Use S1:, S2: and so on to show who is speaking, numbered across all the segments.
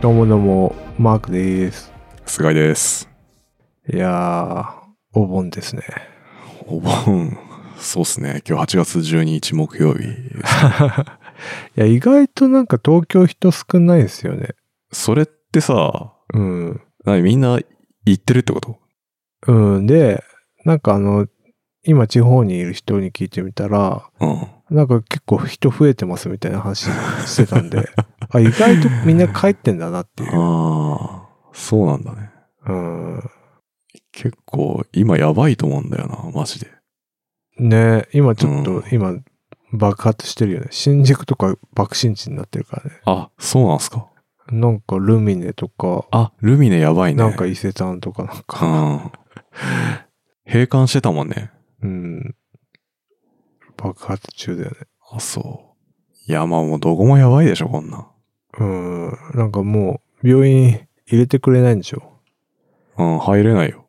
S1: どうもどうも、マークです。
S2: 菅井です。
S1: いやー、お盆ですね。
S2: お盆、そうっすね。今日8月12日木曜日。
S1: いや、意外となんか東京人少ないですよね。
S2: それってさ、
S1: うん。
S2: 何みんな行ってるってこと
S1: うん。で、なんかあの、今地方にいる人に聞いてみたら、
S2: うん。
S1: なんか結構人増えてますみたいな話してたん で、あ、意外とみんな帰ってんだなっていう。
S2: ああ、そうなんだね。
S1: うん。
S2: 結構、今やばいと思うんだよな、マジで。
S1: ね今ちょっと、
S2: うん
S1: 今、爆発してるよね。新宿とか爆心地になってるからね。
S2: あ、そうなんすか。
S1: なんかルミネとか、
S2: あ、ルミネやばいね。
S1: なんか伊勢丹とかなんか、
S2: うん。閉館してたもんね。
S1: うん。爆発中だよね。
S2: あ、そう。いや、まあもうどこもやばいでしょ、こんなん。
S1: うん。なんかもう、病院入れてくれないんでしょ。
S2: うん、入れないよ。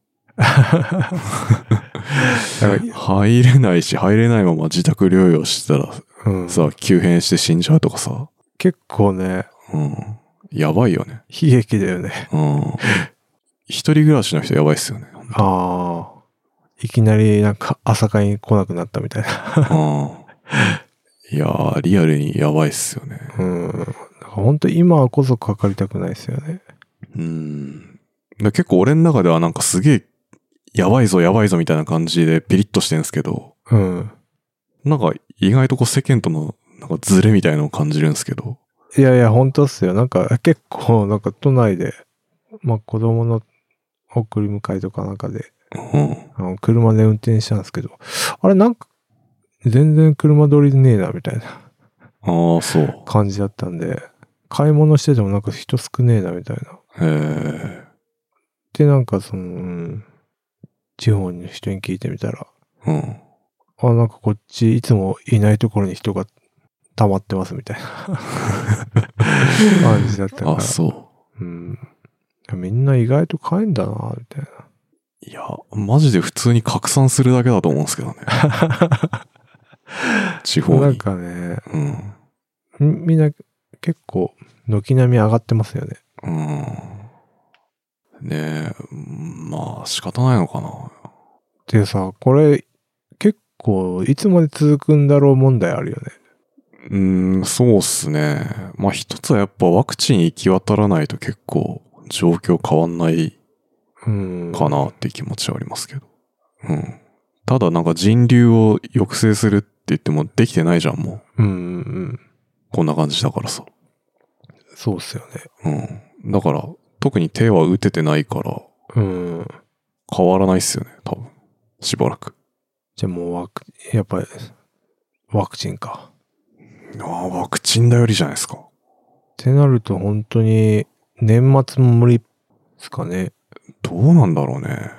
S2: 入れないし、入れないまま自宅療養してたら
S1: うん。
S2: さ、急変して死んじゃうとかさ、
S1: 結構ね、
S2: うん。やばいよね。
S1: 悲劇だよね。
S2: うん。一人暮らしの人やばいっすよね。うん。
S1: ああ。いきなりなんか朝会に来なくなったみたいな。
S2: いやー、リアルにやばいっすよね。
S1: うん。なんか本当今こそかかりたくないですよね。
S2: うん。で結構俺の中ではなんかすげえ、やばいぞやばいぞみたいな感じでピリッとしてんすけど、
S1: うん。
S2: なんか意外とこう世間とのなんかズレみたいのを感じるんすけど、
S1: いやいや、本当っすよ。なんか結構、なんか都内で、まあ子供の送り迎えとかなんかで、
S2: うん。
S1: あの車で運転したんですけど、あれなんか、全然車通りねえな、みたいな
S2: ああ、そう。
S1: 感じだったんで、買い物しててもなんか人少ねえな、みたいな。
S2: へえ。
S1: で、なんかその、うん地方の人に聞いてみたら、
S2: うん。
S1: あ、なんかこっちいつもいないところに人が溜まってます、みたいな 感じだったから
S2: あ、。そう。
S1: うん。みんな意外と買えんだな、みたいな。
S2: いや、マジで普通に拡散するだけだと思うんです けどね。地方
S1: なん
S2: に。
S1: かね、
S2: うん。
S1: んみんな結構、軒並み上がってますよね。
S2: うん。ねえ、まあ仕方ないのかな。
S1: でさ、これ、結構、いつまで続くんだろう問題あるよね。
S2: うん、そうっすね。まあ一つはやっぱワクチン行き渡らないと結構状況変わんない
S1: うん。
S2: かなって気持ちはありますけど。うん。ただなんか人流を抑制するって言ってもできてないじゃん、もう。
S1: うんうんうん。
S2: こんな感じだからさ。
S1: そうっすよね。
S2: うん。だから、特に手は打ててないから、
S1: うん。
S2: 変わらないっすよね、多分。しばらく。
S1: じゃあもうワク、やっぱり、ワクチンか。
S2: ああ、ワクチンだよりじゃないですか。
S1: ってなると、本当に、年末も無理っすかね。
S2: どうなんだろうね。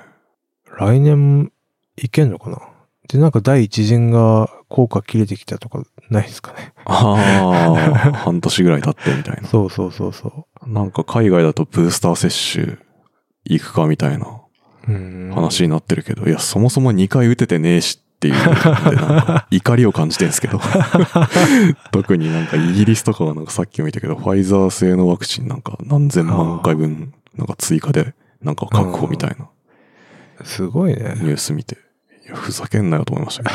S1: 来年、いけんのかなで、なんか第一陣が効果切れてきたとか、ないですかね。
S2: ああ、 半年ぐらい経ってみたいな。
S1: そうそうそうそ
S2: なんか海外だとブースター接種行くかみたいな
S1: う。うん。
S2: 話になってるけど、いや、そもそも2回打ててねえしっていうので、なん か怒りを感じてんすけど。特になんかイギリスとかはなんかさっきも言ったけど、ファイザー製のワクチンなんか何千万回分なんか追加でなんか確保みたいな。
S1: すごいね。
S2: ニュース見て、いや、ふざけんなよと思いましたけ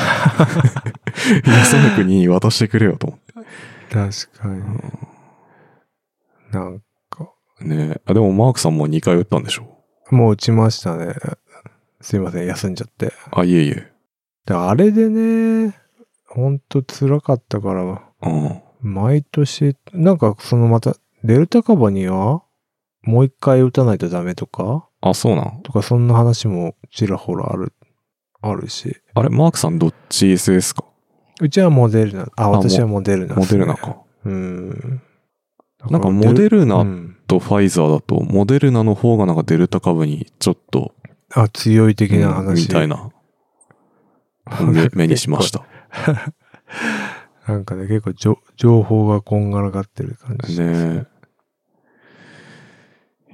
S2: ど。安野国に渡してくれよと思って
S1: 確かに。なんか、。
S2: ねえ。あ、でもマークさんも2回打ったんでしょ
S1: もう打ちましたね。すいません、休んじゃって。
S2: あ、いえいえ。
S1: で、あれでね、ほんと辛かったから、
S2: うん。
S1: 毎年、なんかそのまた、デルタ株には、もう一回打たないとダメとか、
S2: あ、そうなん。
S1: とかそんな話もちらほらある、あるし。
S2: あれ、マークさんどっち s ですか
S1: うちはモデルナ、あ、
S2: も
S1: 私はモデルナ、
S2: モデルナ。か。
S1: うん。
S2: なんかモデル
S1: ナ、う
S2: ナ
S1: ん
S2: とファイザーだと、モデルナの方がなんかデルタ株にちょっと、
S1: あ、強い的な
S2: うん
S1: 話。
S2: みたいな、目目にしま した。
S1: なんかね、結構じょ情報がこんがらがってる感じです
S2: ね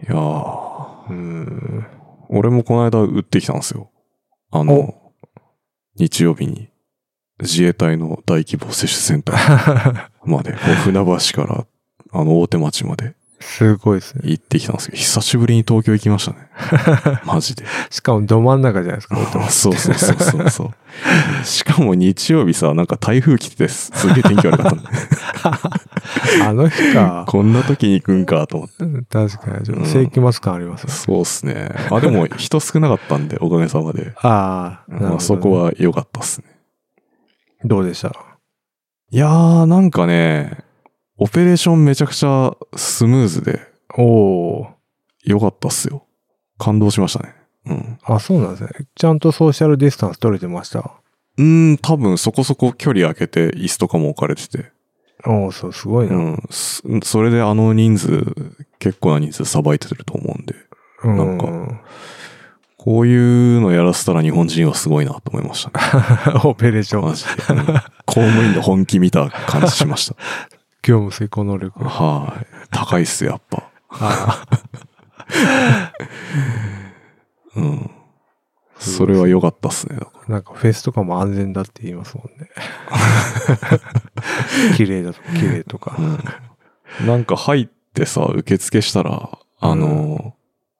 S2: え。いやー。
S1: うーん。
S2: 俺もこの間打ってきたんですよ。あの、日曜日に自衛隊の 大規模接種センターまで、こう船橋からあの大手町まで
S1: すごいですね。
S2: 行ってきたんですけど、久しぶりに東京行きましたね。 マジで。
S1: しかもど真ん中じゃないですか。
S2: そうそうそうそうそう。 しかも日曜日さ、なんか台風来ててすすげえ天気悪かったんだ
S1: あの日か。
S2: こんな時に行くんかと思って。
S1: 確かに。ちょっ
S2: うん
S1: と世紀末感ありますね。
S2: そうっすね。あ、でも人少なかったんで、おかげさまで。
S1: ああ、なるほど
S2: まあ、そこ。は良かったっすね。
S1: どうでした
S2: いやー、なんかね、オペレーションめちゃくちゃスムーズで
S1: おお
S2: 良かったっすよ。感動しましたね。うん。
S1: ー。あ、そうなんですね。ちゃんとソーシャルディスタンス取れてました。
S2: うーん、多分そこそこ距離空けて椅子とかも置かれてて。
S1: おお、そう、すごいうな。
S2: ん。すそれであの人数、結構な人数さばいてると思うんで。
S1: うん
S2: なんかこういうのやらせたら日本人はすごいなと思いましたね。
S1: オペレーション。
S2: マジで。うん公務員の本気見た感じしました。
S1: 業務遂行能力。
S2: はい。高いっすよ、やっぱ。
S1: あ
S2: うん。それは良かったっすね。だか。
S1: ーなんかフェスとかも安全だって言いますもんね。綺麗だとか、綺麗とから
S2: うんなんか入ってさ、受付したら、あの、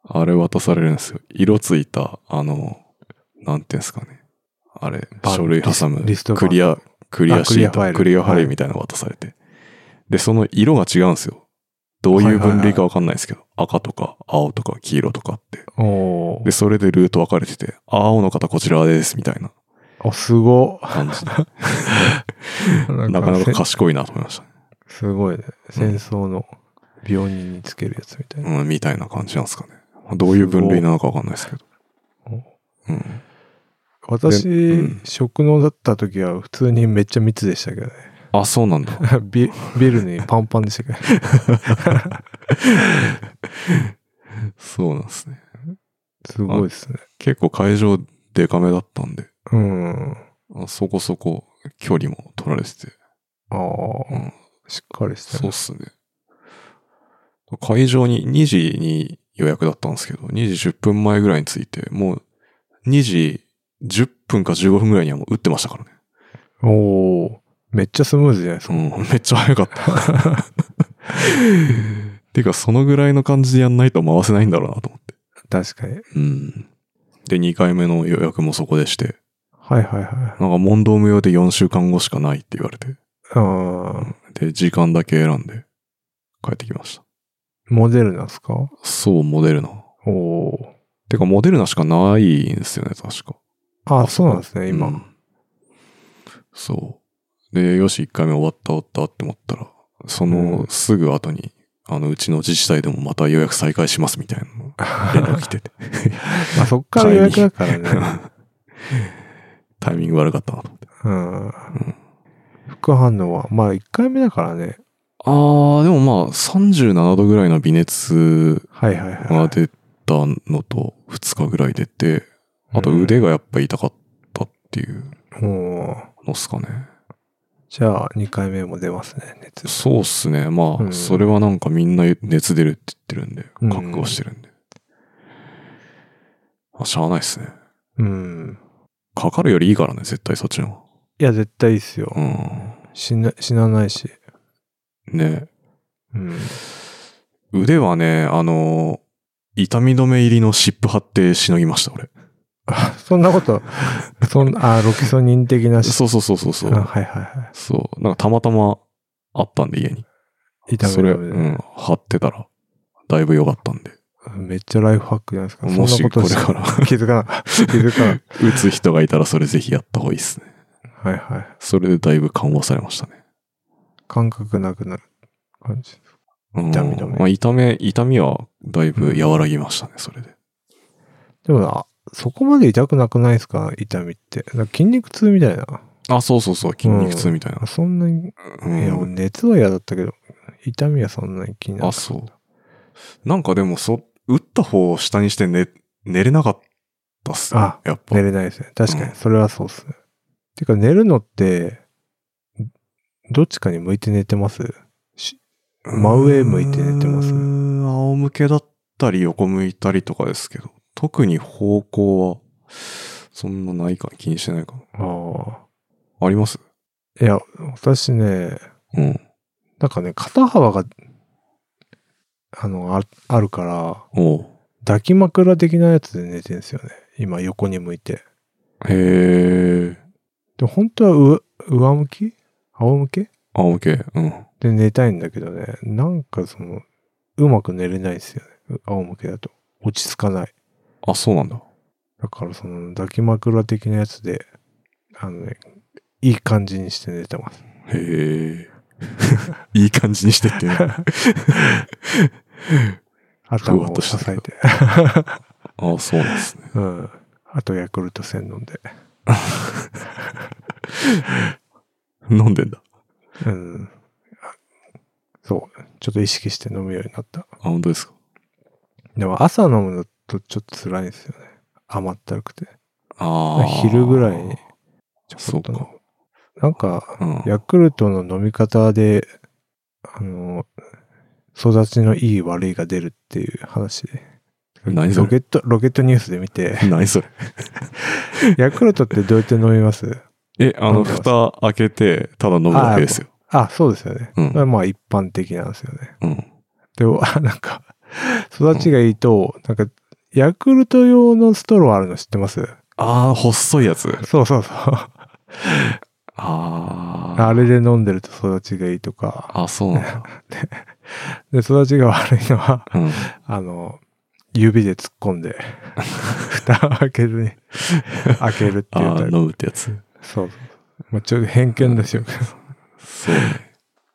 S2: あれ渡されるんですよ。色ついた、あの、なんていうんですかね。あれ、
S1: バン
S2: 書類挟む
S1: リスリストバンド
S2: クリア、クリアシー
S1: あクリアファイ
S2: ト、
S1: ル
S2: クリアファイルみたいなの渡されて。で、その色が違うんですよ。どういう分類かわかんないですけど、赤とか青とか黄色とかって。
S1: おお
S2: で、。それでルート分かれてて、青の方こちらです、みたいな
S1: あ、すご。
S2: 感じで。
S1: な
S2: なかなか
S1: せ
S2: 賢いなと思いましたね。
S1: すごいね。戦争の病人につけるやつみたいな。
S2: うん、みたいな感じなんですかね。どういう分類なのかわかんないですけど。うん。
S1: 私、
S2: うん
S1: 職能だった時は普通にめっちゃ密でしたけどね。
S2: あ、そうなん だ。
S1: ビビルにパンパンでしたけど、ね、
S2: そうなんですね。
S1: すごいですね。
S2: 結構会場デカめだったんで、
S1: うん。あ
S2: あそこそこ距離も取られてて。
S1: あ
S2: う
S1: ー、
S2: ん、
S1: しっかりして
S2: そうっ
S1: る。
S2: すね。会場に2時に予約だったんですけど、2時10分前ぐらいに着いて、もう2時10分か15分ぐらいにはもう打ってましたからね。
S1: おおーめっちゃスムーズじゃないですか。
S2: うん、めっちゃ早かった。 てか、そのぐらいの感じでやんないと回せないんだろうなと思って。
S1: 確かに。
S2: うん。で、2回目の予約もそこでして、
S1: はいはいは
S2: なんか問答無用で4週間後しかないって言われて、
S1: い。うん。
S2: で、時間だけ選んで帰ってきました。
S1: モデルなんですか
S2: そう、モデルナ。
S1: おお
S2: てか、モデルナしかないんですよね、確か。
S1: ー。あ、そうなんですね、今。
S2: うんそう。で、よし、1回目終わった終わったって思ったら、そのすぐ後に、あの、うちの自治体でもまた予約再開しますみたいなの連絡来 てて。
S1: あ、そっから予約だからね。
S2: タイミング悪かったなと思って。
S1: うん。副反応は、まあ1回目だからね。
S2: あー、でもまあ、37度ぐらいの微熱
S1: はいはいは
S2: が
S1: い。
S2: 出たのと2日ぐらい出て、あと
S1: うん
S2: 腕がやっぱ痛かったっていう
S1: おおー
S2: のっすかね。
S1: じゃあ2回目も出ますね、熱。
S2: そうっすね。
S1: う
S2: まあ、
S1: ん
S2: それはなんかみんな熱出るって言ってるんで、
S1: うん
S2: 覚悟してるんで。あ、しゃあないっすね。
S1: うん。
S2: かかるよりいいからね、絶対そっちの
S1: いや、絶対いいっすよ
S2: 方。。う
S1: 死な死なないし。
S2: ん。ね。
S1: うん。
S2: 腕はね、あの、痛み止め入りの湿布貼ってしのぎました、俺。
S1: そんな こと、そんあ、ロキソニン的なし
S2: そうそうそうそうそ
S1: あ
S2: う。
S1: はいはいは
S2: そう。なんかたまたまあったんで、家に。
S1: い。痛み
S2: それ、
S1: 止
S2: う
S1: め
S2: ん、貼ってたら、だいぶ良かったんで。
S1: めっちゃライフハックじゃないですか。
S2: もし
S1: そんなこと
S2: これ
S1: し
S2: から
S1: 気づかない。気づかない。
S2: 打つ人がいたらそれぜひやった方がいいですね。
S1: はいはい。
S2: それでだいぶ緩和されましたね。
S1: 感覚なくなる感じ。
S2: うん
S1: 痛み止め
S2: まあ、痛め、痛みはだいぶ和らぎましたね、それで。
S1: でもな、そこまで痛くなくないですか痛みって。なんか筋肉痛みたいな。
S2: あ、そうそうそう、筋肉痛みたいな。
S1: そんなに、
S2: うん
S1: いや、俺熱は嫌だったけど、痛みはそんなに気になら
S2: あ、
S1: なかった
S2: そう。なんかでも、そ、打った方を下にして寝、寝れなかったっすね
S1: あ。
S2: やっぱ。
S1: 寝れないですね。確か
S2: う
S1: に、それはそうですね。てか、寝るのって、どっちかに向いて寝てます真上向いて寝てます
S2: うーん仰向けだったり、横向いたりとかですけど、特に方向は、そんなないか、気にしてないか
S1: ああ。
S2: な。あります
S1: いや、私ね、
S2: うん。
S1: なんかね、肩幅が、あの、ああるから、
S2: おう
S1: 抱き枕的なやつで寝てるんですよね。今、横に向いて。
S2: へえ。
S1: で、本当は上、上向き仰向け
S2: あ、OK。うん。
S1: で寝たいんだけどね、なんかその、うまく寝れないんですよね。仰向けだと。落ち着かない。
S2: あ、そうなんだ。
S1: だからその抱き枕的なやつで、あのね、いい感じにして寝てます。
S2: へえ。 いい感じにしてってね。 ふわ
S1: 頭を
S2: っとし
S1: 支
S2: たけ
S1: え
S2: ど
S1: て。
S2: あ、そうなんですね。
S1: うん。あとヤクルト1000飲んで。
S2: 飲んでんだ。
S1: うん。あそう。ちょっと意識して飲むようになった。
S2: あ、本当ですか。
S1: でも朝飲むのとちょっと辛いんですよね。甘ったるくて。
S2: ああ。
S1: 昼ぐらいに。
S2: そう
S1: ちょっ
S2: か。
S1: となんか、
S2: うん。
S1: ヤクルトの飲み方で、あの、育ちのいい悪いが出るっていう話で。
S2: 何それ
S1: ロケット、ロケットニュースで見 て、
S2: 何それ。
S1: ヤクルトってどうやって飲みます
S2: え、あ
S1: 飲ん
S2: の、
S1: でます
S2: 蓋開けて、ただ飲むだけですよ。
S1: あ、そうですよね。
S2: うん
S1: まあまあ一般的なんですよね。
S2: うん。
S1: でも、あなんか、育ちがいいと、なんか、ヤクルト用のストローあるの知ってます
S2: ああ、細いやつ。
S1: そうそうそう。
S2: ああ。
S1: あれで飲んでると育ちがいいとか、
S2: あ、そうなんだ。
S1: で、育ちが悪いのは、
S2: うん。
S1: あの、指で突っ込ん で、蓋を開けずに、開けるってい
S2: あ
S1: う
S2: あ、
S1: タイプ。
S2: 飲むってやつ。
S1: そうそう。まあ、ちょっと偏見ですよ。
S2: そうね。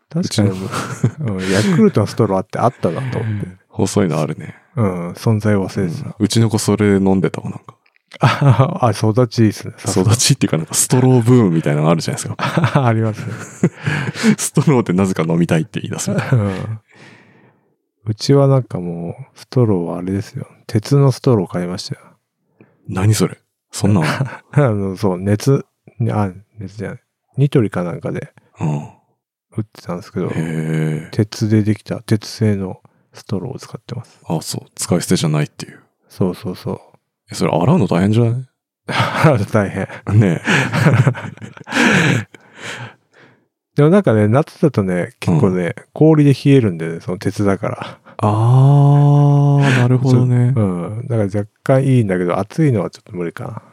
S1: 確かに、うん、ヤクルトのストローってあったなと思って。
S2: 細いのあるね。
S1: うん、存在忘れて
S2: うんうちの子それ飲んでたもん、なんか。
S1: た。 あ、育ちいいっすね。さすが
S2: 育ちっていうか、なんかストローブームみたいなのあるじゃないです か。
S1: ありますね。
S2: ストローでなぜか飲みたいって言い出すみたいな。
S1: うんうちはなんかもう、ストローはあれですよ。鉄のストロー買いましたよ。
S2: 何それそんなのあ
S1: あの、そう、熱、あ、熱じゃない。ニトリかなんかで
S2: るの
S1: 売ってたんですけ
S2: う
S1: ど
S2: ん。、へえ。
S1: 鉄でできた鉄製のストローを使ってます。
S2: あ、そう。使い捨てじゃないっていう。
S1: そうそうそう。
S2: え、それ洗うの大変じゃな
S1: あの大変。
S2: いね
S1: でもなんかね、夏だとね、結構ね、氷で冷えるんでね、その鉄だか
S2: え。あー、なるほどね
S1: ら。。うん。だから若干いいんだけど、暑いのはちょっと無理か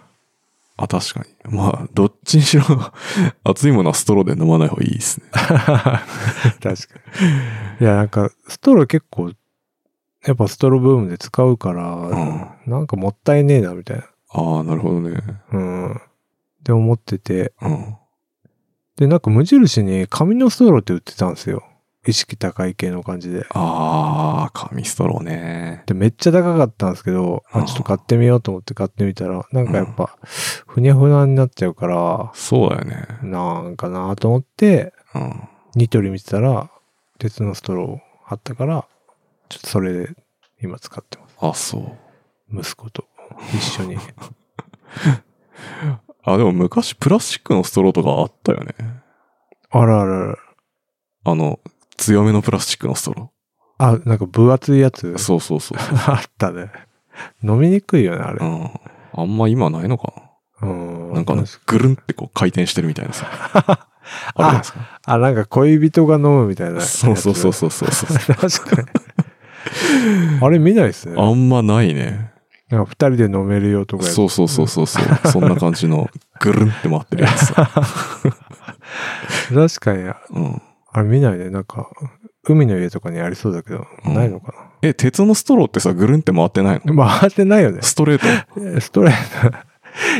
S2: あ、確かに。まあ、どっちにしろ、 熱いものはストローで飲まない方がいいですね。
S1: な。確かに。いや、なんか、ストロー結構、やっぱストローブームで使うから、
S2: うん。
S1: なんかもったいねえな、みたいな。
S2: ああ、なるほどね。
S1: うん。って思ってて。
S2: うん。
S1: で、なんか無印に紙のストローって売ってたんですよ。意識高い系の感じで。
S2: ああ、紙ストローね。
S1: で、めっちゃ高かったんですけど、
S2: う
S1: あ、
S2: ん
S1: ちょっと買ってみようと思って買ってみたら、なんかやっぱ、ふにゃふにゃになっちゃうから、
S2: そうだよね。
S1: なんかなと思って、
S2: うん。
S1: ニトリ見てたら、鉄のストローあったから、ちょっとそれで今使ってま
S2: あ、そう。
S1: す。息子と一緒に。
S2: あ、でも昔プラスチックのストローとかあったよね。
S1: あらあらあら。
S2: あの、強めのプラスチックのストロ
S1: あ、なんか分厚いやつ
S2: ー。。そうそう そう。
S1: あったね。飲みにくいよね、あ
S2: う
S1: れ。
S2: ん。あんま今ないのか
S1: うん。
S2: ななんかあの
S1: 確、
S2: ぐるんってこう回転してるみたいな さ。あるじゃないですか。
S1: あ、なんか恋人が飲むみたいな。
S2: そうそうそうそうそうそう。
S1: う。確かに。あれ見ないっすね。
S2: あんまないね。
S1: なんか二人で飲めるよとかやつ
S2: そうそうそうそうそう。そんな感じの、ぐるんって回ってるやつさ。
S1: 確かに、
S2: うん。
S1: あれ見ないね。なんか、海の家とかにありそうだけど、
S2: うん
S1: ないのか
S2: え、鉄のストローってさ、ぐるんって回ってないの
S1: な。回ってないよね。
S2: ストレート
S1: ストレート。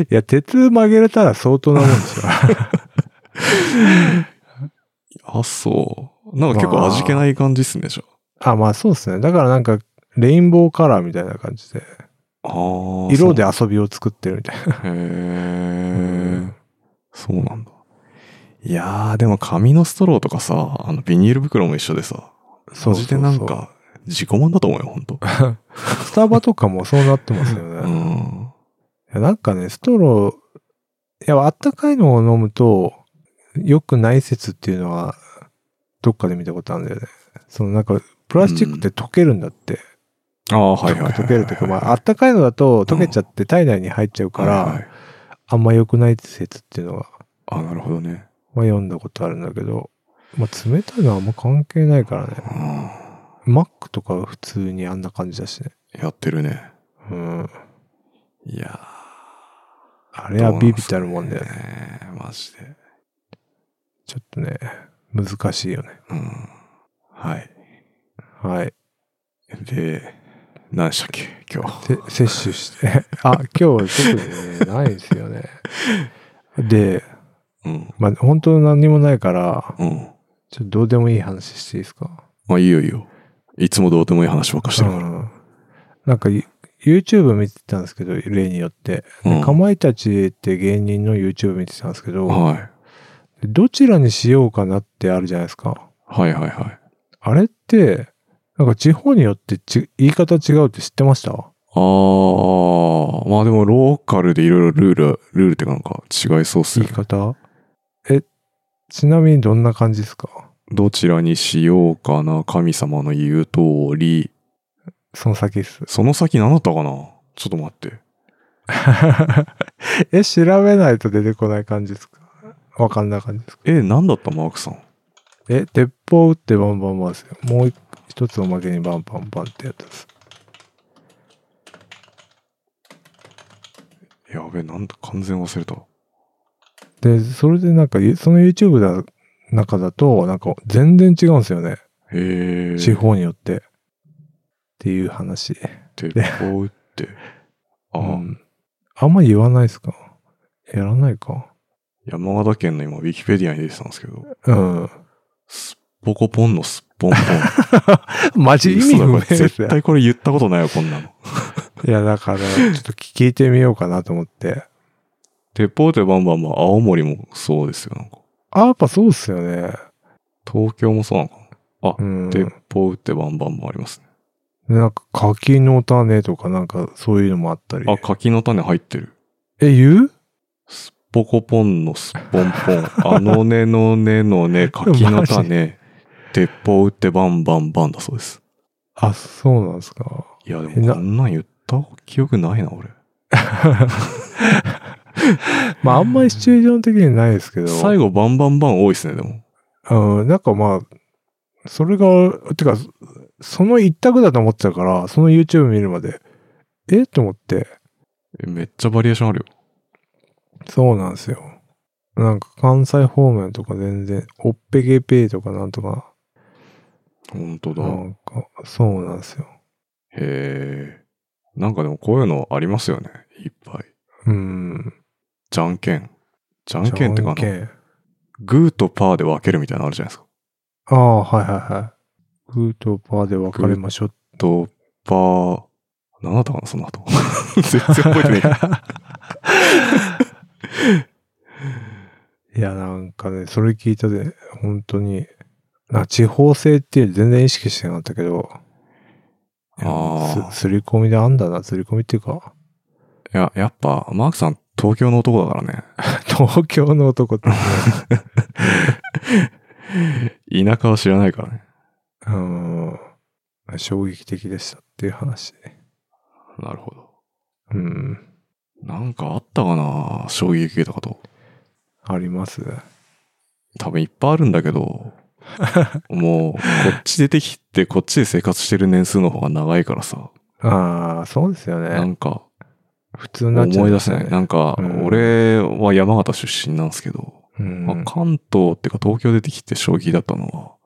S1: いや、鉄曲げれたら相当なもんですよ。
S2: あ、そう。なんか結構味気ない感じっすね、じゃ
S1: あ、まあそうですね。だからなんか、レインボーカラーみたいな感じで、
S2: あ。あー
S1: 色で遊びを作ってるみた いな。
S2: へ
S1: う
S2: え
S1: ん。
S2: そうなんだ。いやー、でも紙のストローとかさ、あのビニール袋も一緒でさ、
S1: そうそ
S2: マ
S1: う
S2: ジ
S1: そ
S2: で
S1: う
S2: なん。か、自己満だと思うよ、ほんと。
S1: スタバとかもそうなってますよ
S2: う
S1: ね。い
S2: ん。
S1: やなんかね、ストロー、いや、あったかいのを飲むと、良くない説っていうのは、どっかで見たことあるんだよね。そのなんか、プラスチックって溶けるんだって。
S2: ああ、はいはいはいはい。
S1: 溶けるというか、まあ、あったかいのだと溶けちゃって体内に入っちゃうから、
S2: はいはい
S1: あんま良くない説っていうのは、
S2: あなるほどね。
S1: まあ、読んだことあるんだけど、まあ、冷たいのはあんま関係ないからね。
S2: うん。
S1: Mac とか普通にあんな感じだしね。
S2: やってるね。
S1: うん。
S2: いや
S1: あ
S2: ー。
S1: れは
S2: どうなん
S1: ビビっ
S2: すか
S1: てあるもんだよね。
S2: ね。マジで。
S1: ちょっとね、難しいよね。
S2: うん。はい。
S1: はい。
S2: で、何でしたっけ今日。
S1: せ摂取して。 あ、今日特にね、ないですよね。 で、
S2: うん。
S1: まあ、本当何もないから、
S2: う
S1: ち
S2: ん。
S1: ょっとどうでもいい話していいですか。
S2: まあいいよいいよ。いつもどうでもいい話ばっかしてるから。
S1: うんなんか、い YouTube 見てたんですけど、例によって。
S2: うん。
S1: かまいたちって芸人の YouTube 見てたんですけど、
S2: はい。
S1: どちらにしようかなってあるじゃないですか。
S2: はいはいはい。
S1: あれって、なんか地方によってち言い方違うって知ってました
S2: あー、まあでもローカルでいろいろルール、ルールっていうかなんか違いそうっす
S1: 言
S2: よ
S1: い
S2: ね。
S1: 方え、ちなみにどんな感じですか
S2: どちらにしようかな、神様の言う通り。
S1: その先っす。
S2: その先何だったかなちょっと待って。
S1: え、調べないと出てこない感じですかわかんない感じですか
S2: え、何だったマークさん。
S1: え、鉄砲撃ってバンバン回すよ。もう一つおまけにバンバンバンってやつです。
S2: やべえ、なんだ、完全忘れた。
S1: で、それでなんか、その YouTube の中だと、なんか全然違うんですよね。
S2: へえ。
S1: 地方によって。っていう話。
S2: 鉄砲撃 って。あ、
S1: うんあんま言わないですかやらないか。
S2: 山形県の今、ウィキペディアに出てたんですけど、
S1: うん。
S2: すっぽこぽんのすっぽん ぽん。
S1: マジ意味不明
S2: 嘘だこれ
S1: です
S2: 絶
S1: よ。
S2: 対これ言ったことないよ、こんなの。
S1: いや、だから、ちょっと聞いてみようかなと思って。
S2: 鉄砲ってバンバン、まあ、青森もそうですよ、なんか。
S1: あ、やっぱそうっすよね。
S2: 東京もそうなのかな。あ
S1: う、ん。
S2: 鉄
S1: で、
S2: 砲ってバンバンもありますね。
S1: なんか柿の種とかなんかそういうのもあったり。
S2: あ、柿の種入ってる。
S1: え、言う
S2: すっぽこぽんのすっぽんぽん。あのねのねの ね、柿の種。鉄砲撃ってバンバンバンだそうです。
S1: あ、そうなんですか。
S2: いや、で
S1: え
S2: も
S1: な
S2: こんなん言った記憶ないな、俺。
S1: まあ、あんまりシチュエーション的にないですけど。
S2: 最後バンバンバン多いですね、でも。
S1: うん、なんかまあ、それが、てか、その一択だと思ってたから、その YouTube 見るまで、えと思って、
S2: えめっちゃバリエーションあるよ。
S1: そうなんですよ。なんか関西方面とか全然、おっぺげぺーとかなんとか、
S2: ほんとだ。
S1: なんか、そうなんですよ。
S2: へえ。なんかでもこういうのありますよね。いっぱい。
S1: うん。
S2: じゃんけん。じゃんけんってか
S1: じゃ
S2: な。
S1: けん
S2: グーとパーで分けるみたいなのあるじゃないですか。
S1: ああ、はいはいはい。グーとパーで分かれましょう。
S2: と、パー、何だったかな、その後。 全然覚えてないけど。
S1: いや、なんかね、それ聞いたで、本当に、なんか地方性っていう全然意識してなかったけど、
S2: ああ。
S1: す、すり込みであんだな、すり込みっていうか、
S2: いや、やっぱ、マークさん、東京の男だからね。
S1: 東京の男 ってね、
S2: 田舎は知らないからね。
S1: うん、衝撃的でしたっていう話。
S2: なるほど。
S1: うん、
S2: なんかあったかな衝撃受けたこと。
S1: あります。
S2: 多分いっぱいあるんだけど、もう、こっち出てきて、こっちで生活してる年数の方が長いからさ、
S1: ああ、そうですよ
S2: な
S1: ね。
S2: んか、
S1: 普通になっちゃ
S2: 思い出
S1: ます
S2: せ
S1: よ
S2: ない。な。んか
S1: う、ん
S2: 俺は山形出身なんですけど、
S1: うん
S2: まあ、関東ってか東京出てきて衝撃だったのは、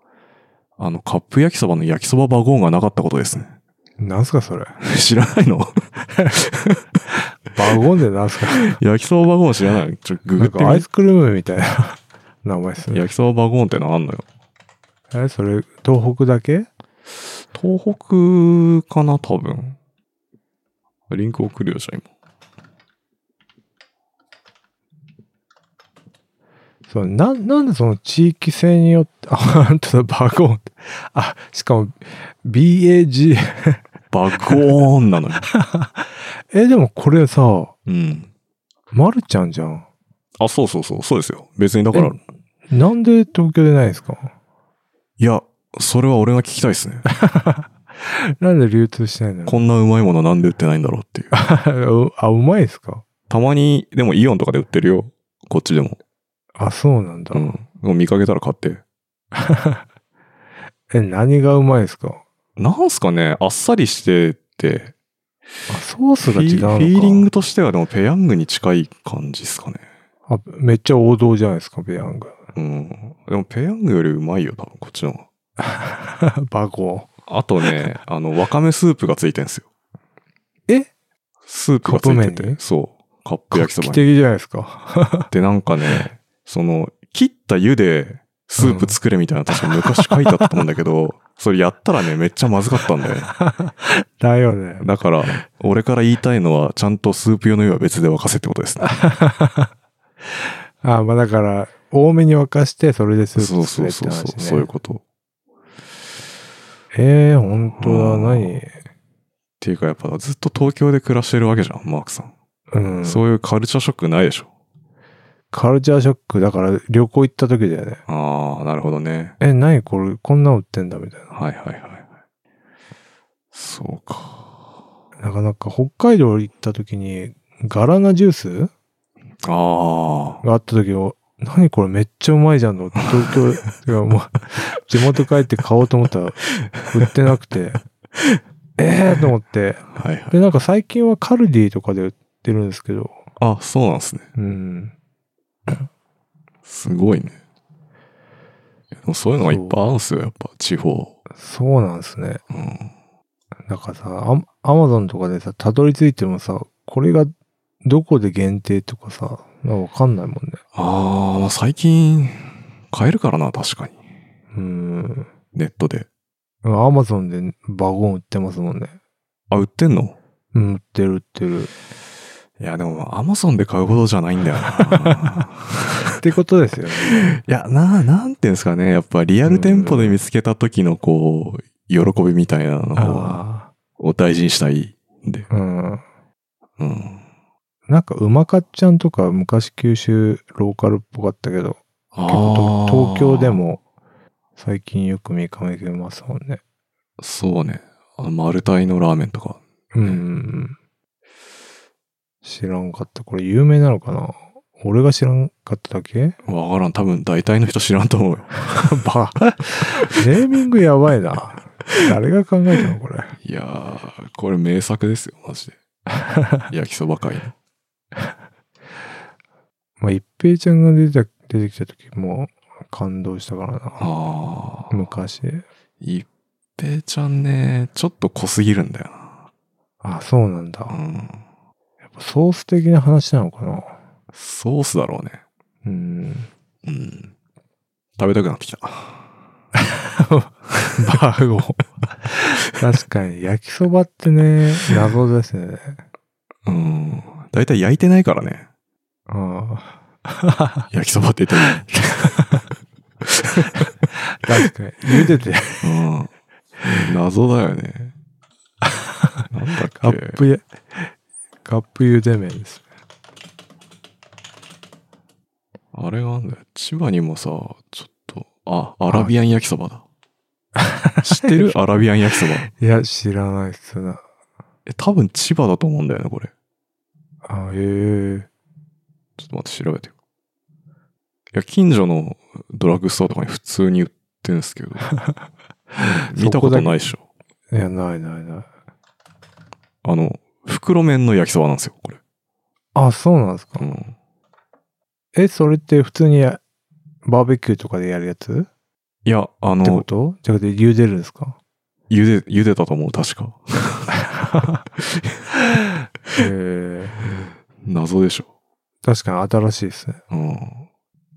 S2: あの、カップ焼きそばの焼きそばバゴンがなかったことですね。
S1: なんすかそれ。
S2: 知らないの
S1: バゴンでなんすか
S2: 焼きそばバゴン知らないのちょ、ググ
S1: な
S2: っ
S1: ん
S2: て
S1: か
S2: み
S1: アイスクリームみたいな 名前ですね。
S2: 焼きそばバゴンってのあんのよ。
S1: え、それ、東北だけ
S2: 東北かな多分。リンク送るよ、じゃあ今。
S1: そう、な、なんでその地域性によって、あ、 本当だ、バゴンって。あ、しかも、BAG。
S2: バゴーン なのよ。
S1: え、でもこれさ、
S2: うん。
S1: まるちゃんじゃん。
S2: あ、そうそうそう、そうですよ。別にだから、
S1: なんで東京でないんですか
S2: いや、それは俺が聞きたいですね。
S1: なんで流通しないんだろ
S2: こんなうまいものなんで売ってないんだろうっていう。
S1: う うあ、うまいですか
S2: たまに、でもイオンとかで売ってるよ。こっちでも。
S1: あ、そうなんだ。
S2: うん。もう見かけたら買って。
S1: え、何がうまいですか
S2: なんすかね、あっさりしてて、
S1: あ、ソース
S2: フ
S1: が
S2: ィ
S1: 違うのか。
S2: フィーリングとしてはでもペヤングに近い感じですかね。
S1: あ、めっちゃ王道じゃないですか、ペヤン グ。
S2: うん。でもペヤングよりうまいよ、多分こっちの方が。
S1: バゴ
S2: あとね、 あの、わかめスープがついてんすよ。
S1: え
S2: スープがついて
S1: カップ
S2: て
S1: 麺。
S2: そう。カップ
S1: ン。画
S2: 焼きそ
S1: 期
S2: ばに。
S1: 的じゃないですか。
S2: で、なんかね、その、切った湯でスープ作れみたいな、確か昔書いてあったと思うんだ けど、それやったらね、めっちゃまずかったんだよね。
S1: だよね。
S2: だから、俺から言いたいのは、ちゃんとスープ用の湯は別で沸かせってことですね。
S1: あ、まあだから、多めに沸かして、それでスー
S2: そう
S1: プ作
S2: そ
S1: れ
S2: う
S1: って
S2: そう
S1: 話ね。
S2: そう、そういうこと。っ
S1: ええ本当だ、
S2: うん
S1: 何
S2: ていうか、やっぱずっと東京で暮らしてるわけじゃん、マークさん。
S1: うん。
S2: そういうカルチャーショックないでしょ。
S1: カルチャーショック、だから旅行行った時だよね。
S2: ああ、なるほどね。
S1: え、何これ、こんなの売ってんだみたい
S2: はいはいはいはい。そうか。
S1: な。なかなか北海道行った時に、ガラナジュース
S2: ああ。
S1: があった時は、何これめっちゃうまいじゃんの。東京、てかも う、地元帰って買おうと思ったら、売ってなくて、ええと思って。
S2: はいはい。
S1: で、なんか最近はカルディとかで売ってるんですけど、
S2: あ、そうなんですね。
S1: うん。
S2: すごいね。でもそういうのがいっぱいあるんですよ、やっぱ、地方。
S1: そうなんですね。
S2: うん。
S1: なんかさ、アアマゾンとかでさ、たどり着いてもさ、これがどこで限定とかさ、なんかわかんないもんね。
S2: ああ、まあ最近、買えるからな、確かに。
S1: うん。
S2: ネットで。
S1: アマゾンでバゴン売ってますもんね。
S2: あ、売ってんの
S1: うん、売ってる売ってる。
S2: いや、でも、アマゾンで買うほどじゃないんだよな。
S1: ってことですよね。
S2: いや、な、なんていうんですかね。やっぱ、リアル店舗で見つけた時の、こう、喜びみたいなのを
S1: あ
S2: を大事にしたいんで。
S1: あ。うん。
S2: うん。
S1: なんか、うまかっちゃんとか昔九州ローカルっぽかったけど、結構と東京で
S2: も
S1: も最近よく見かけますもんね。
S2: そうね。あのマルタイのラーメンとか。
S1: うん。知らんかった。これ有名なのかな俺が知らんかっただけ
S2: わからん。多分大体の人知らんと 思うよ。
S1: バカネーミングやばいな。誰が考えたのこれ。
S2: いやー、これ名作ですよ、マジ で。焼きそば会の。
S1: まあ、一平ちゃんが出て出てきた時も感動したからな。
S2: あー。
S1: 昔。
S2: 一平ちゃんね、ちょっと濃すぎるんだよ
S1: あ、そうなんだ
S2: な。う。ん。
S1: やっぱソース的な話なのかな。
S2: ソースだろうね。
S1: うん。
S2: うん。食べたくなってきた。
S1: バーゴ。確かに、焼きそばってね、謎ですね。
S2: うん。大体焼いてないからね。
S1: あ
S2: 焼きそばって言って
S1: あ確かに。茹でて、
S2: も。うん。謎だよね。なんだっけ。
S1: カップや、カップ茹で麺です。
S2: あれがあんだよ。千葉にもさ、ちょっと、あ、アラビアン焼きそばだ。知ってるアラビアン焼きそば。
S1: いや、知らないっすな。
S2: え、多分千葉だと思うんだよね、これ。
S1: あへえ
S2: ちょっと待って、調べてよ。いや、近所のドラッグストアとかに普通に売ってるんです けど。見たことないでしょ。
S1: いや、ないないない。
S2: あの、袋麺の焼きそばなんですよ、これ。
S1: あ、そうなんですか
S2: う。ん。
S1: え、それって普通にやバーベキューとかでやるやつっ
S2: いや、
S1: てこ
S2: あの、
S1: とじゃなくて茹でるんですか
S2: 茹で、茹でたと思う、確か。
S1: へえ
S2: 謎でしょ。
S1: 確かに新しいですね。
S2: うん。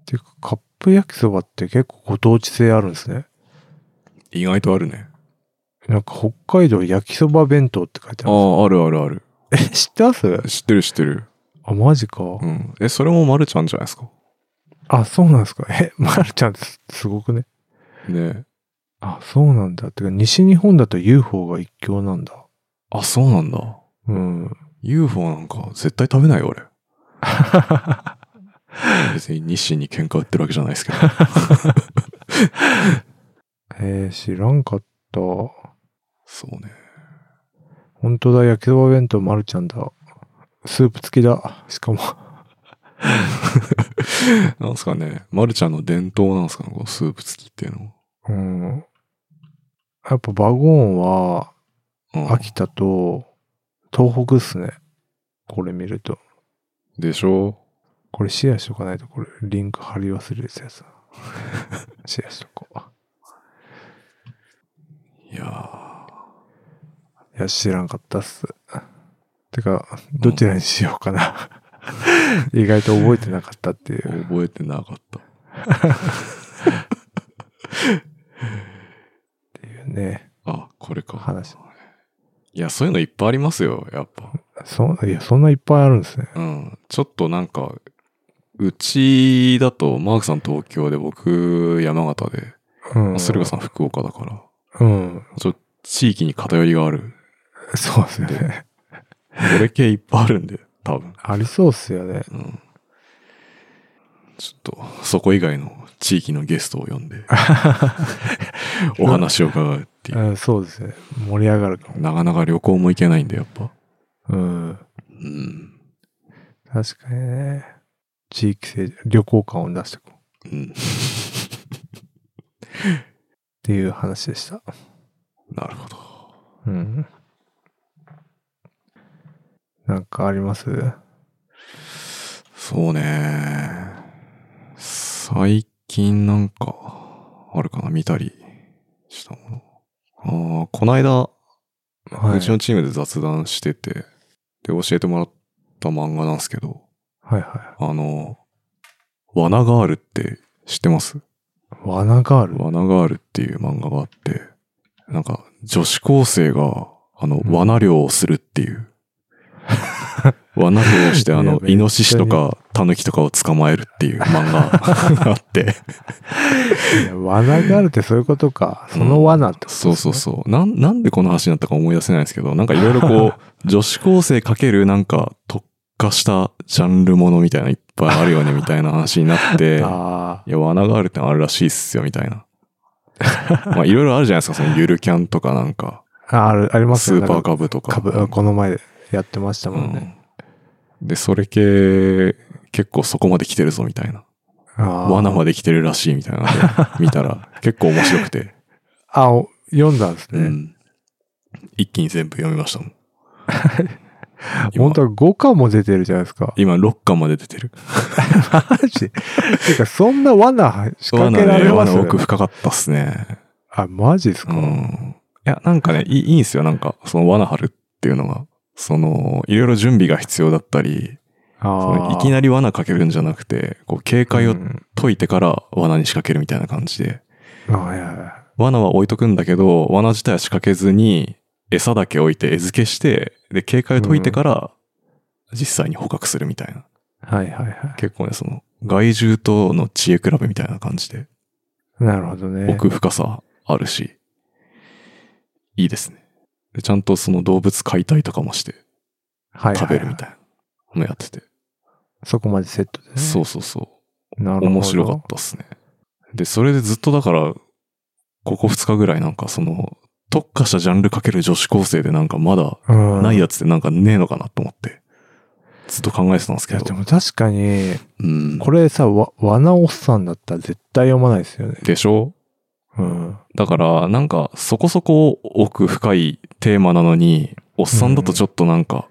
S1: ていうか、カップ焼きそばって結構ご当地性あるんですね。
S2: 意外とあるね。
S1: なんか北海道焼きそば弁当って書いて
S2: あ
S1: ある。
S2: あ、あるあるある。
S1: え、知ってます
S2: 知ってる知ってる。
S1: あ、マジか。
S2: うん。え、それもまるちゃんじゃないですか。
S1: あ、そうなんですか。え、 まるちゃんすすごくね。
S2: ね
S1: あ、そうなんだ。てか、西日本だと UFO が一強なんだ。
S2: あ、そうなんだ。
S1: うん。
S2: UFO なんか絶対食べないよ、 俺。別に日清に喧嘩売ってるわけじゃないですけ ど。
S1: えー、知らんかった。
S2: そうね。
S1: 本当だ、焼きそば弁当まるちゃんだ。スープ付きだ。しかも。
S2: なんすかね。まるちゃんの伝統なんすかね、このスープ付きっていうのは。
S1: うん。やっぱバゴーンは、
S2: うん
S1: 秋田と東北っすね。これ見ると。
S2: でしょ
S1: これシェアしとかないと、これリンク貼り忘れるやつだ シェアしとこう。
S2: いや
S1: いや、知らんかったっす。てか、どちらにしようかな。 意外と覚えてなかったってい
S2: ー
S1: う。
S2: 覚えてなかった。
S1: ね。
S2: あ、これか。
S1: 話
S2: いや、そういうのいっぱいありますよ、やっぱ。
S1: そ、いや、そんないっぱいあるんですね。
S2: うん。ちょっとなんか、うちだと、マークさん東京で、僕、山形で、
S1: うん。
S2: スルガさん福岡だから、
S1: うん。
S2: ちょっと地域に偏りがある。
S1: そうですよね。
S2: これ系いっぱいあるんで、多分。
S1: ありそうっすよね。
S2: うん。ちょっと、そこ以外の地域のゲストを呼んで、お話を伺うっていうう。
S1: ん、そうですね。盛り上がるかも。
S2: なかなか旅行も行けないんで、やっぱ。
S1: うん。
S2: うん。
S1: 確かにね。地域性、旅行感を出していこうっ
S2: うん。
S1: ていう話でした。
S2: なるほど。
S1: うん。なんかあります
S2: そうね。最近なんか、あるかな見たりしたもの。ああ、こないだ、
S1: は
S2: うちの
S1: い。
S2: チームで雑談してて、で、教えてもらった漫画なんですけど、
S1: はいは
S2: あの、ワナガールって知ってます
S1: い。罠ガー ル。
S2: ワナガールっていう漫画があって、なんか、女子高生が、あの、
S1: うん
S2: 罠漁をするっ ていう。罠漁をして、あ
S1: いや
S2: の、
S1: めっちゃ
S2: イノシシとか、タヌキとかを捕まえるっていう漫画 あって。
S1: いや罠があるってそういうことか。その罠ってことです
S2: そ
S1: ね、
S2: うそうそう。なん、なんでこの話になったか思い出せないんですけど、なんかいろいろ こう、女子高生かけるなんか特化したジャンルものみたいなのいっぱいあるよねみたいな話になっ て、
S1: あ
S2: いや、罠があるってのあるらしいっすよみた いな。まあいろいろあるじゃないですか、そのゆるキャンとかなんか。
S1: あ、ある、あります
S2: ス
S1: よ
S2: ーパー
S1: なんか
S2: カブとか。
S1: 株あこの前やってました
S2: う
S1: もんね。
S2: ん、で、それ系、結構そこまで来てるぞみたいな。
S1: あ
S2: 罠
S1: で。
S2: まで来てるらしいみたいな ので見たら結構面白くて、
S1: あ、お読んだんですね。
S2: うん一気に全部読みましたもん。今。
S1: 本当は5巻も出てるじゃないですか
S2: 今6巻まで出てる。
S1: マジてか、そんな罠仕掛
S2: 罠
S1: けら
S2: ね、
S1: れま
S2: 罠
S1: す、
S2: 奥深かったっすね。
S1: あ、マジです
S2: う
S1: か、
S2: ん。いや、なんかね、いいいいんすよ。なんか、その罠張るっていうのが。その、いろいろ準備が必要だったり、そ
S1: あ
S2: のいき
S1: り
S2: なり罠かけるんじゃなくて、こう、警戒を解いてから罠に仕掛けるみたいな感じで。
S1: あいやいや
S2: 罠は置いとくんだけど、罠自体は仕掛けずに、餌だけ置いて餌付けして、で、警戒を解いてから、実際に捕獲するみたいな。
S1: はいはいは
S2: 結構ね、その、害獣との知恵比べみたいな感じで、
S1: い。なるほどね。
S2: 奥深さあるし、いいですね。で、ちゃんとその動物解体とかもして、
S1: はいはいはい
S2: 食べるみたいなのもやってて。
S1: そこまでセットでね。
S2: そうそうそう。
S1: う。なるほど。
S2: 面白かったっすね。で、それでずっとだから、ここ2日ぐらいなんかその、特化したジャンルかける女子高生でなんかまだ
S1: た。うん。
S2: ない
S1: い
S2: やつってなんかねえのかなと思って、ずっと考えてたんですけ
S1: や、
S2: ど
S1: で。も確かに、
S2: うん。
S1: これさ、わ、罠おっさんだったら絶対読まないですよね。
S2: でしょ
S1: うん。
S2: だから、なんかそこそこ奥深いテーマなのに、おっさんだとちょっとなんか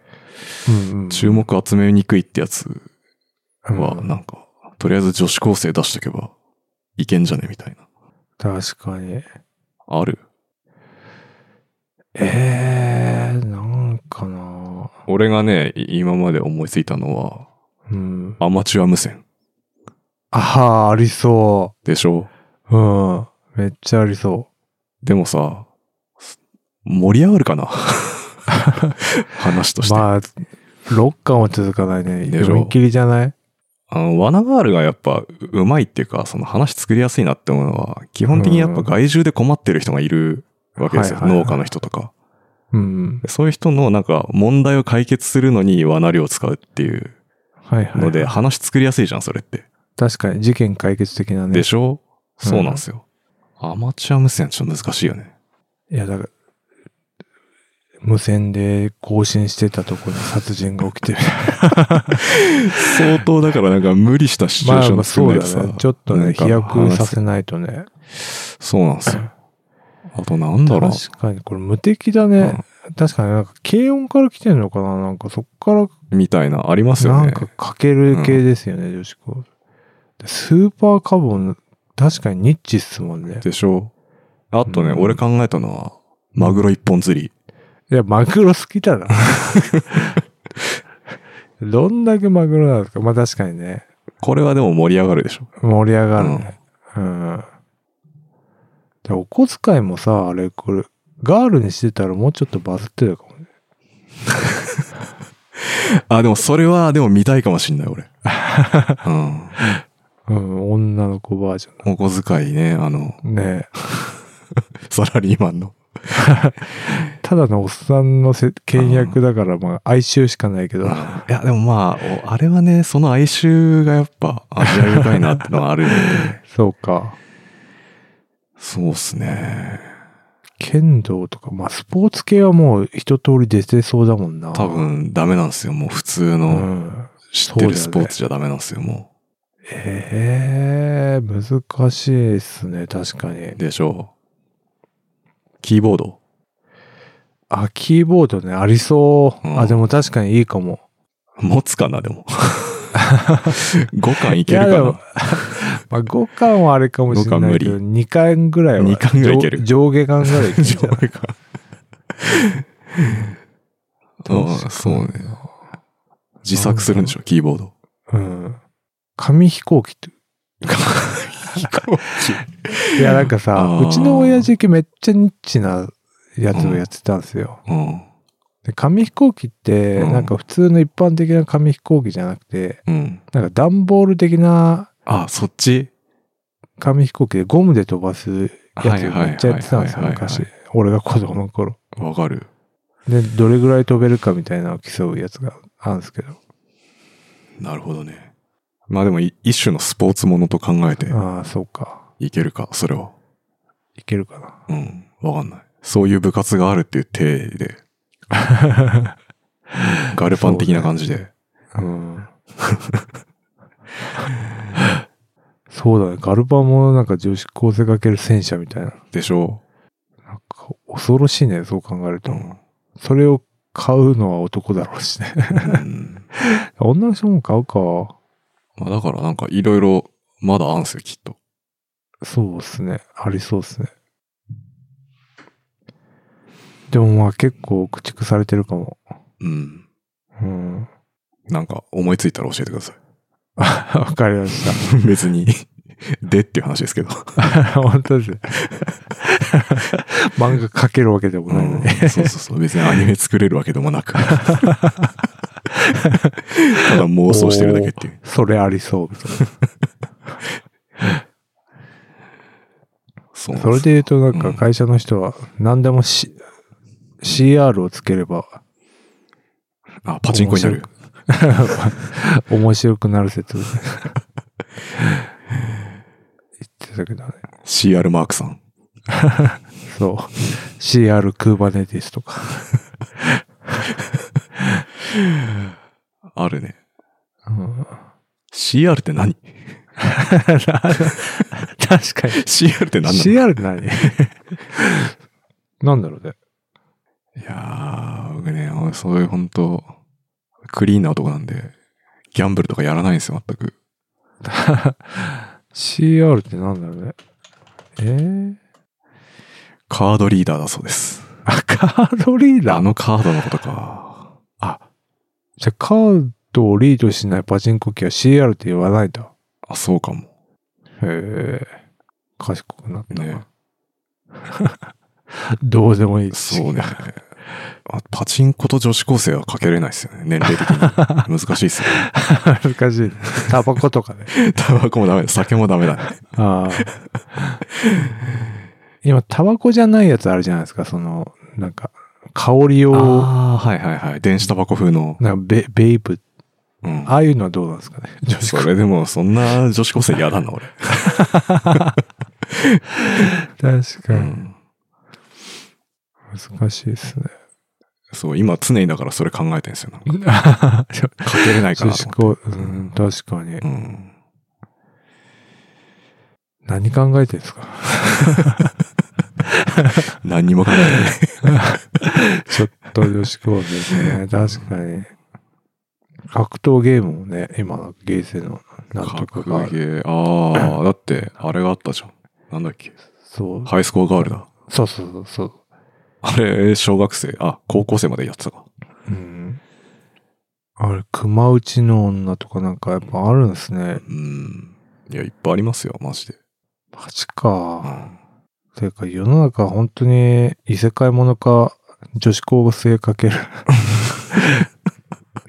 S1: うんうん、
S2: 注目集めにくいってやつ
S1: うん
S2: は、なんか、とりあえず女子高生出しとけばいけんじゃねみたいな。
S1: 確かに。
S2: ある
S1: えー、なんかな
S2: 俺がね、い今まで思いついたのは、
S1: うん。
S2: アマチュア無線
S1: ああ、ありそ
S2: でしょ
S1: う。うん。めっちゃありそ
S2: でもさ、す盛り上がるかな 話とし
S1: う。
S2: て。
S1: まあ、6巻は続かないね。
S2: でしょ
S1: 読み切りじゃない
S2: あの、ワナガールがやっぱううまいっていうか、その話作りやすいなって思うのは、基本的にやっぱ害獣で困ってる人がいるわけですよ。
S1: はいはいはい
S2: 農家の人とか。
S1: うん。
S2: そういう人のなんか問題を解決するのに罠料を使うっていう
S1: はいはい。
S2: ので、話作りやすいじゃん、それって。
S1: 確かに事件解決的なね。
S2: でしょそうなんですよ。アマチュア無線ちょっと難しいよね。
S1: いや、だから、無線で更新してたとこに殺人が起 きてる。
S2: 相当だからなんか無理したシチュエーション
S1: まあ
S2: 作
S1: そ
S2: んな
S1: う
S2: いと
S1: だ
S2: さ
S1: ね。ちょっと
S2: な
S1: ね、
S2: んか
S1: 飛躍させないとね。
S2: そうなんですよ。 あとなんだろう。
S1: 確かに、これ無敵だね。確かになんか軽音から来てんのかななんかそっから、
S2: うんみたいな、ありますよ
S1: なん
S2: ね。
S1: かかける系ですよね、女子高。でスーパーカボン、確かにニッチっすもんね。
S2: でしょあとね、
S1: うん
S2: 俺考えたのは、マグロ一本釣り。
S1: いや、マグロ好きだ な。どんだけマグロなんですかまあ確かにね。
S2: これはでも盛り上がるでしょ。
S1: 盛り上がるね。うん。でお小遣いもさ、あれ、これ、ガールにしてたらもうちょっとバズってるかもね。
S2: あ、でもそれは、でも見たいかもしんない、 俺。うん。
S1: うん、女の子バージ
S2: お小遣いね、あの、
S1: ョン。ね
S2: サラリーマンの。
S1: えただのおっさんのせ倹約だから、まあ、哀愁しかないけど。
S2: いや、でもまあ、おあれはね、その哀愁がやっぱ、味わい深いなってのはあるんで。
S1: そうか。
S2: そうっすね。
S1: 剣道とか、まあ、スポーツ系はもう一通り出てそうだもんな。
S2: 多。分、ダメなんですよ。もう普通
S1: う
S2: の、
S1: ん。
S2: 知
S1: そ
S2: って
S1: うだよ
S2: る
S1: ね
S2: スポーツじゃダメなんですよ、も
S1: ええ難しいですね、確かに
S2: う。。でしょう。キーボード。
S1: あ、キーボードね、ありそう。
S2: うん
S1: あ、でも確かにいいかも。
S2: 持つかな、でも。5巻いける
S1: いやで
S2: か
S1: も まあ、5巻はあれかもしれないけど、
S2: 五
S1: 2巻ぐらいは。
S2: 二巻ぐらいいける
S1: 上上下巻ぐらいいけ
S2: な。
S1: るじゃ ない
S2: 上下ああそうね。自作するんでしょ、キーボ ード。
S1: うん。紙飛行機って。
S2: 飛行
S1: いや、なんかさ
S2: あ、ー
S1: うちの親父めっちゃニッチなやつをやってたんですよ。
S2: 機。うん。
S1: で紙飛行機って、
S2: うん
S1: なんか普通の一般的な紙飛行機じゃなくて、
S2: うん。
S1: なんか段ボール的な
S2: あ、そっち
S1: 紙飛行機でゴムで飛ばすやつをめっちゃやってたんですよ、
S2: はいはいはいはいはい
S1: 昔。俺が子供の頃。
S2: わかる。
S1: で、どれぐらい飛べるかみたいなのを競うやつがあるんですけど。
S2: なるほどね。まあでもい、一種のスポーツものと考えて
S1: ああ、そうか。
S2: いけるか、それは。
S1: いけるかな。
S2: うん。わかんない。そういう部活があるっていう体 で、ガルパン的な感じで。
S1: うん。 そうだね。ガルパンもなんか女子高生かける戦車みたいな。
S2: でしょ
S1: なんか恐ろしいね、そう考える
S2: う
S1: と。
S2: ん。
S1: それを買うのは男だろうしね。
S2: うん
S1: 女の人も買うか。
S2: まあだからなんかいろいろまだあんすよ、きっと。
S1: そうっすね。ありそうっすね。でもまあ結構駆逐されてるかも。
S2: うん。
S1: うん。
S2: なんか思いついたら教えてくださ
S1: わかりました。
S2: い。別に。 でっていう話ですけど。
S1: 本当ですね。漫画描けるわけでも
S2: う
S1: ないの
S2: ん
S1: に。
S2: そうそうそう。別にアニメ作れるわけで もなく。ただ妄想してるだけっていう。
S1: それありそうみたい
S2: そう
S1: な。
S2: なん
S1: それ
S2: す
S1: で言うと、なん
S2: う
S1: か
S2: ん
S1: 会社の人は何でも、C、CR をつけれ ば
S2: あ、パチンコになる。
S1: 面白くなる説。言ってたけどね。
S2: CR マークさん。
S1: そう。CR クーバネティスとか。
S2: あるね。
S1: うん、
S2: CR って何
S1: 確かに。
S2: ?CR っ て何なの
S1: CR って何なんだろうね。
S2: いやー、僕ね、俺そういう本当クリーンな男なんで、ギャンブルとかやらないんですよ、全く。
S1: CR ってなんだろうね。えー、
S2: カードリーダーだそうです。
S1: あ、カードリーダ
S2: あ
S1: ー
S2: のカードのことか。
S1: じゃあカードをリードしないパチンコ機は CR って言わないんだ。
S2: あ、そうかも。
S1: へえ。賢くなったな。
S2: ね
S1: どうでもいいし
S2: そうね。あパチンコと女子高生はかけれないですよね、年齢的 に。難しいっすよね。
S1: 難しいね。タバコとかね。
S2: タバコもダメだ、酒もダメだね。
S1: ああ。今、タバコじゃないやつあるじゃないですか。その、なんか、香りを、
S2: あー、はいはいはい。電子タバコ風の。
S1: なんかベベイプ。
S2: うん。
S1: ああいうのはどうなんですかね。女子
S2: それでも、そんな女子高生嫌だな、俺。
S1: 確かに。
S2: うん
S1: 難しいですね。
S2: そう、今常にだからそれ考えてるんですよ。なんか かけれないか
S1: 女
S2: らと
S1: 子
S2: 思って。
S1: 高、うん、確かに
S2: う。ん。
S1: 何考えてるんですか
S2: 何にも考えてない。
S1: ちょっと女子高生です ね。確かに。格闘ゲームもね、今、ゲーセンのなんとか
S2: 格
S1: がある。
S2: ゲー。ああ、だって、あれがあったじゃん。なんだっけ。
S1: そう。
S2: ハイスコアガールだ。
S1: そうそうそうそう。
S2: あれ、小学生、あ、高校生までやってたか。
S1: うん。あれ、熊内の女とかなんかやっぱあるんですね。
S2: うん。いや、いっぱいありますよ、マジで。
S1: マジ
S2: う
S1: か。
S2: ん。
S1: ていうか、世の中本当に異世界ものか、女子高生か ける。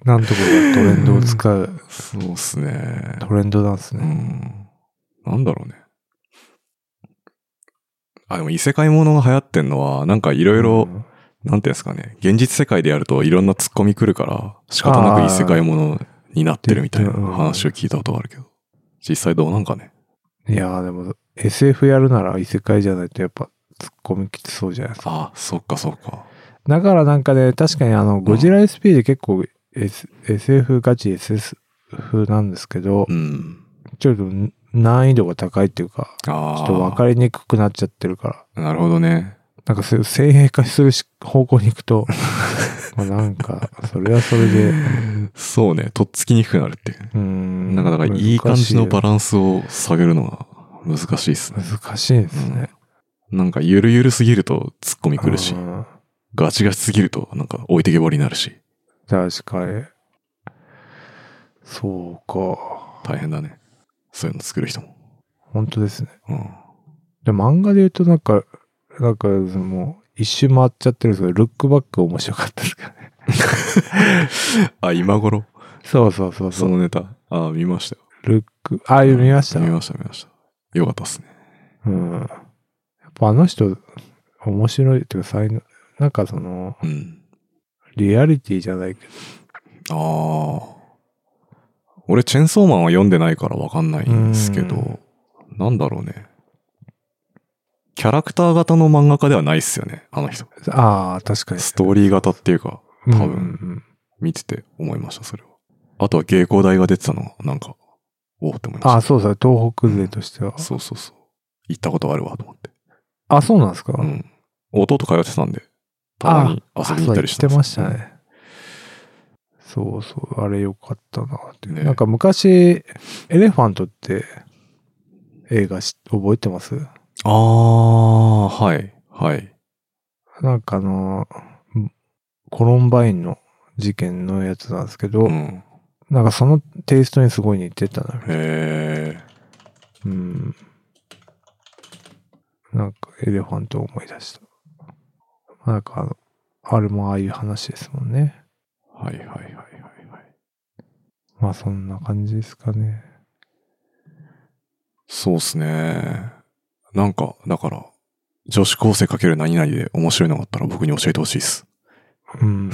S1: なんとかがトレンドを使う。
S2: そうっすね。
S1: トレンドなんです
S2: う
S1: ね。
S2: ん。なんだろうね。あ、でも異世界ものが流行ってんのは、なんかいろい
S1: う
S2: ろ、
S1: ん
S2: なんていうんですかね、現実世界でやるといろんな突っ込み来るから、仕方なく異世界ものになってるみたいな
S1: あー
S2: 話を聞いたことがあるけど、実際どうなんかね。
S1: いやーでも SF やるなら異世界じゃないとやっぱ突っ込みきつそうじゃないですか。
S2: あ、そっかそっか。
S1: だからなんかね、確かにあの、ゴジラ SP で結構、S SF ガチ SF なんですけど、
S2: うん。
S1: ちょっと難易度が高いっていうか、ちょ
S2: あ
S1: っ
S2: あ。
S1: と分かりにくくなっちゃってるから、
S2: なるほどね。
S1: なんかそういう先鋭化するし方向に行く と、まあなんか、それはそれで、う
S2: そうね、とっつきにくくなるっていう。
S1: ーん。
S2: なんかだからいい感じのバ
S1: ラ
S2: ランスを下げるのが難しいっすね。
S1: 難しいですね。
S2: なんかゆるゆるすぎると突っ込み来るし
S1: う、ん
S2: ガチガチすぎるとなんか置いてけぼりになるし、
S1: 確かに。そうか。
S2: 大変だね。そういうの作る人も。
S1: 本当ですね。
S2: うん。
S1: で、漫画で言うとなんか、なんかもう一周回っちゃってるんですけど、ルックバック面白かったですかね。
S2: あ、今頃
S1: そうそうそうそ。
S2: そうのネタ。あ、見ましたよ。
S1: ルック、ああいう見ました
S2: 見ました、見ました。よかったっすね。
S1: うん。やっぱあの人、面白いっていうか才能、なんかその、
S2: うん。
S1: リアリティじゃないけど、
S2: ああ。俺、チェンソーマンは読んでないからわかんないんですけど、なんだろうね。キャラクター型の漫画家ではないっすよね、あの人。
S1: ああ、確かに。
S2: ストーリー型っていうか、
S1: うん
S2: 多分
S1: うん
S2: 見てて思いました、それは。あとは芸工大が出てたのは、なんか、おおって思いま
S1: あ
S2: し
S1: あ、そうそう、東北勢としては
S2: た。。そうそうそう。行ったことあるわ、と思って。
S1: あ、そうなんですか、
S2: うん。弟通ってたんで、たまに遊びに行ったりして
S1: あそう言ってましたね。そうそう、あれよかったなっていう、
S2: ね
S1: なんか昔、エレファントって映画し覚えてます
S2: ああ、はい、はい。
S1: なんかあの、コロンバインの事件のやつなんですけど、
S2: うん。
S1: なんかそのテイストにすごい似てたな。
S2: へえ。
S1: うん。なんかエレファントを思い出した。なんかあの、あれもああいう話ですもんね。
S2: はいはいはいはいはい。
S1: まあそんな感じですかね。
S2: そうっすね。なんか、だから、女子高生かける何々で面白いのがあったら僕に教えてほしいっす。
S1: うん。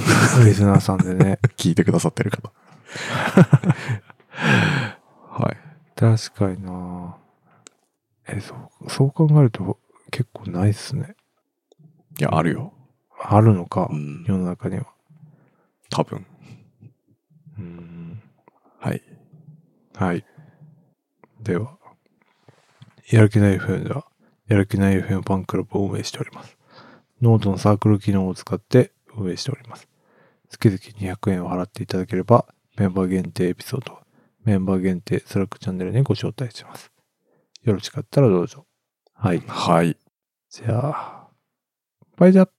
S1: リスナーさんでね。
S2: 聞いてくださってる方。 はい。
S1: 確かになえ、そう、そう考えると結構ないっすね。
S2: いや、あるよ。
S1: あるのか
S2: う、ん。
S1: 世の中には。
S2: 多分。
S1: うん。
S2: はい。
S1: はい。では、やる気ない FM では、やる気ない FM ファンクラブを運営しております。ノートのサークル機能を使って運営しております。月々200円を払っていただければ、メンバー限定エピソード、メンバー限定スラックチャンネルにご招待します。よろしかったらどうぞ。はい。
S2: はい。
S1: じゃあ、バイじゃあ。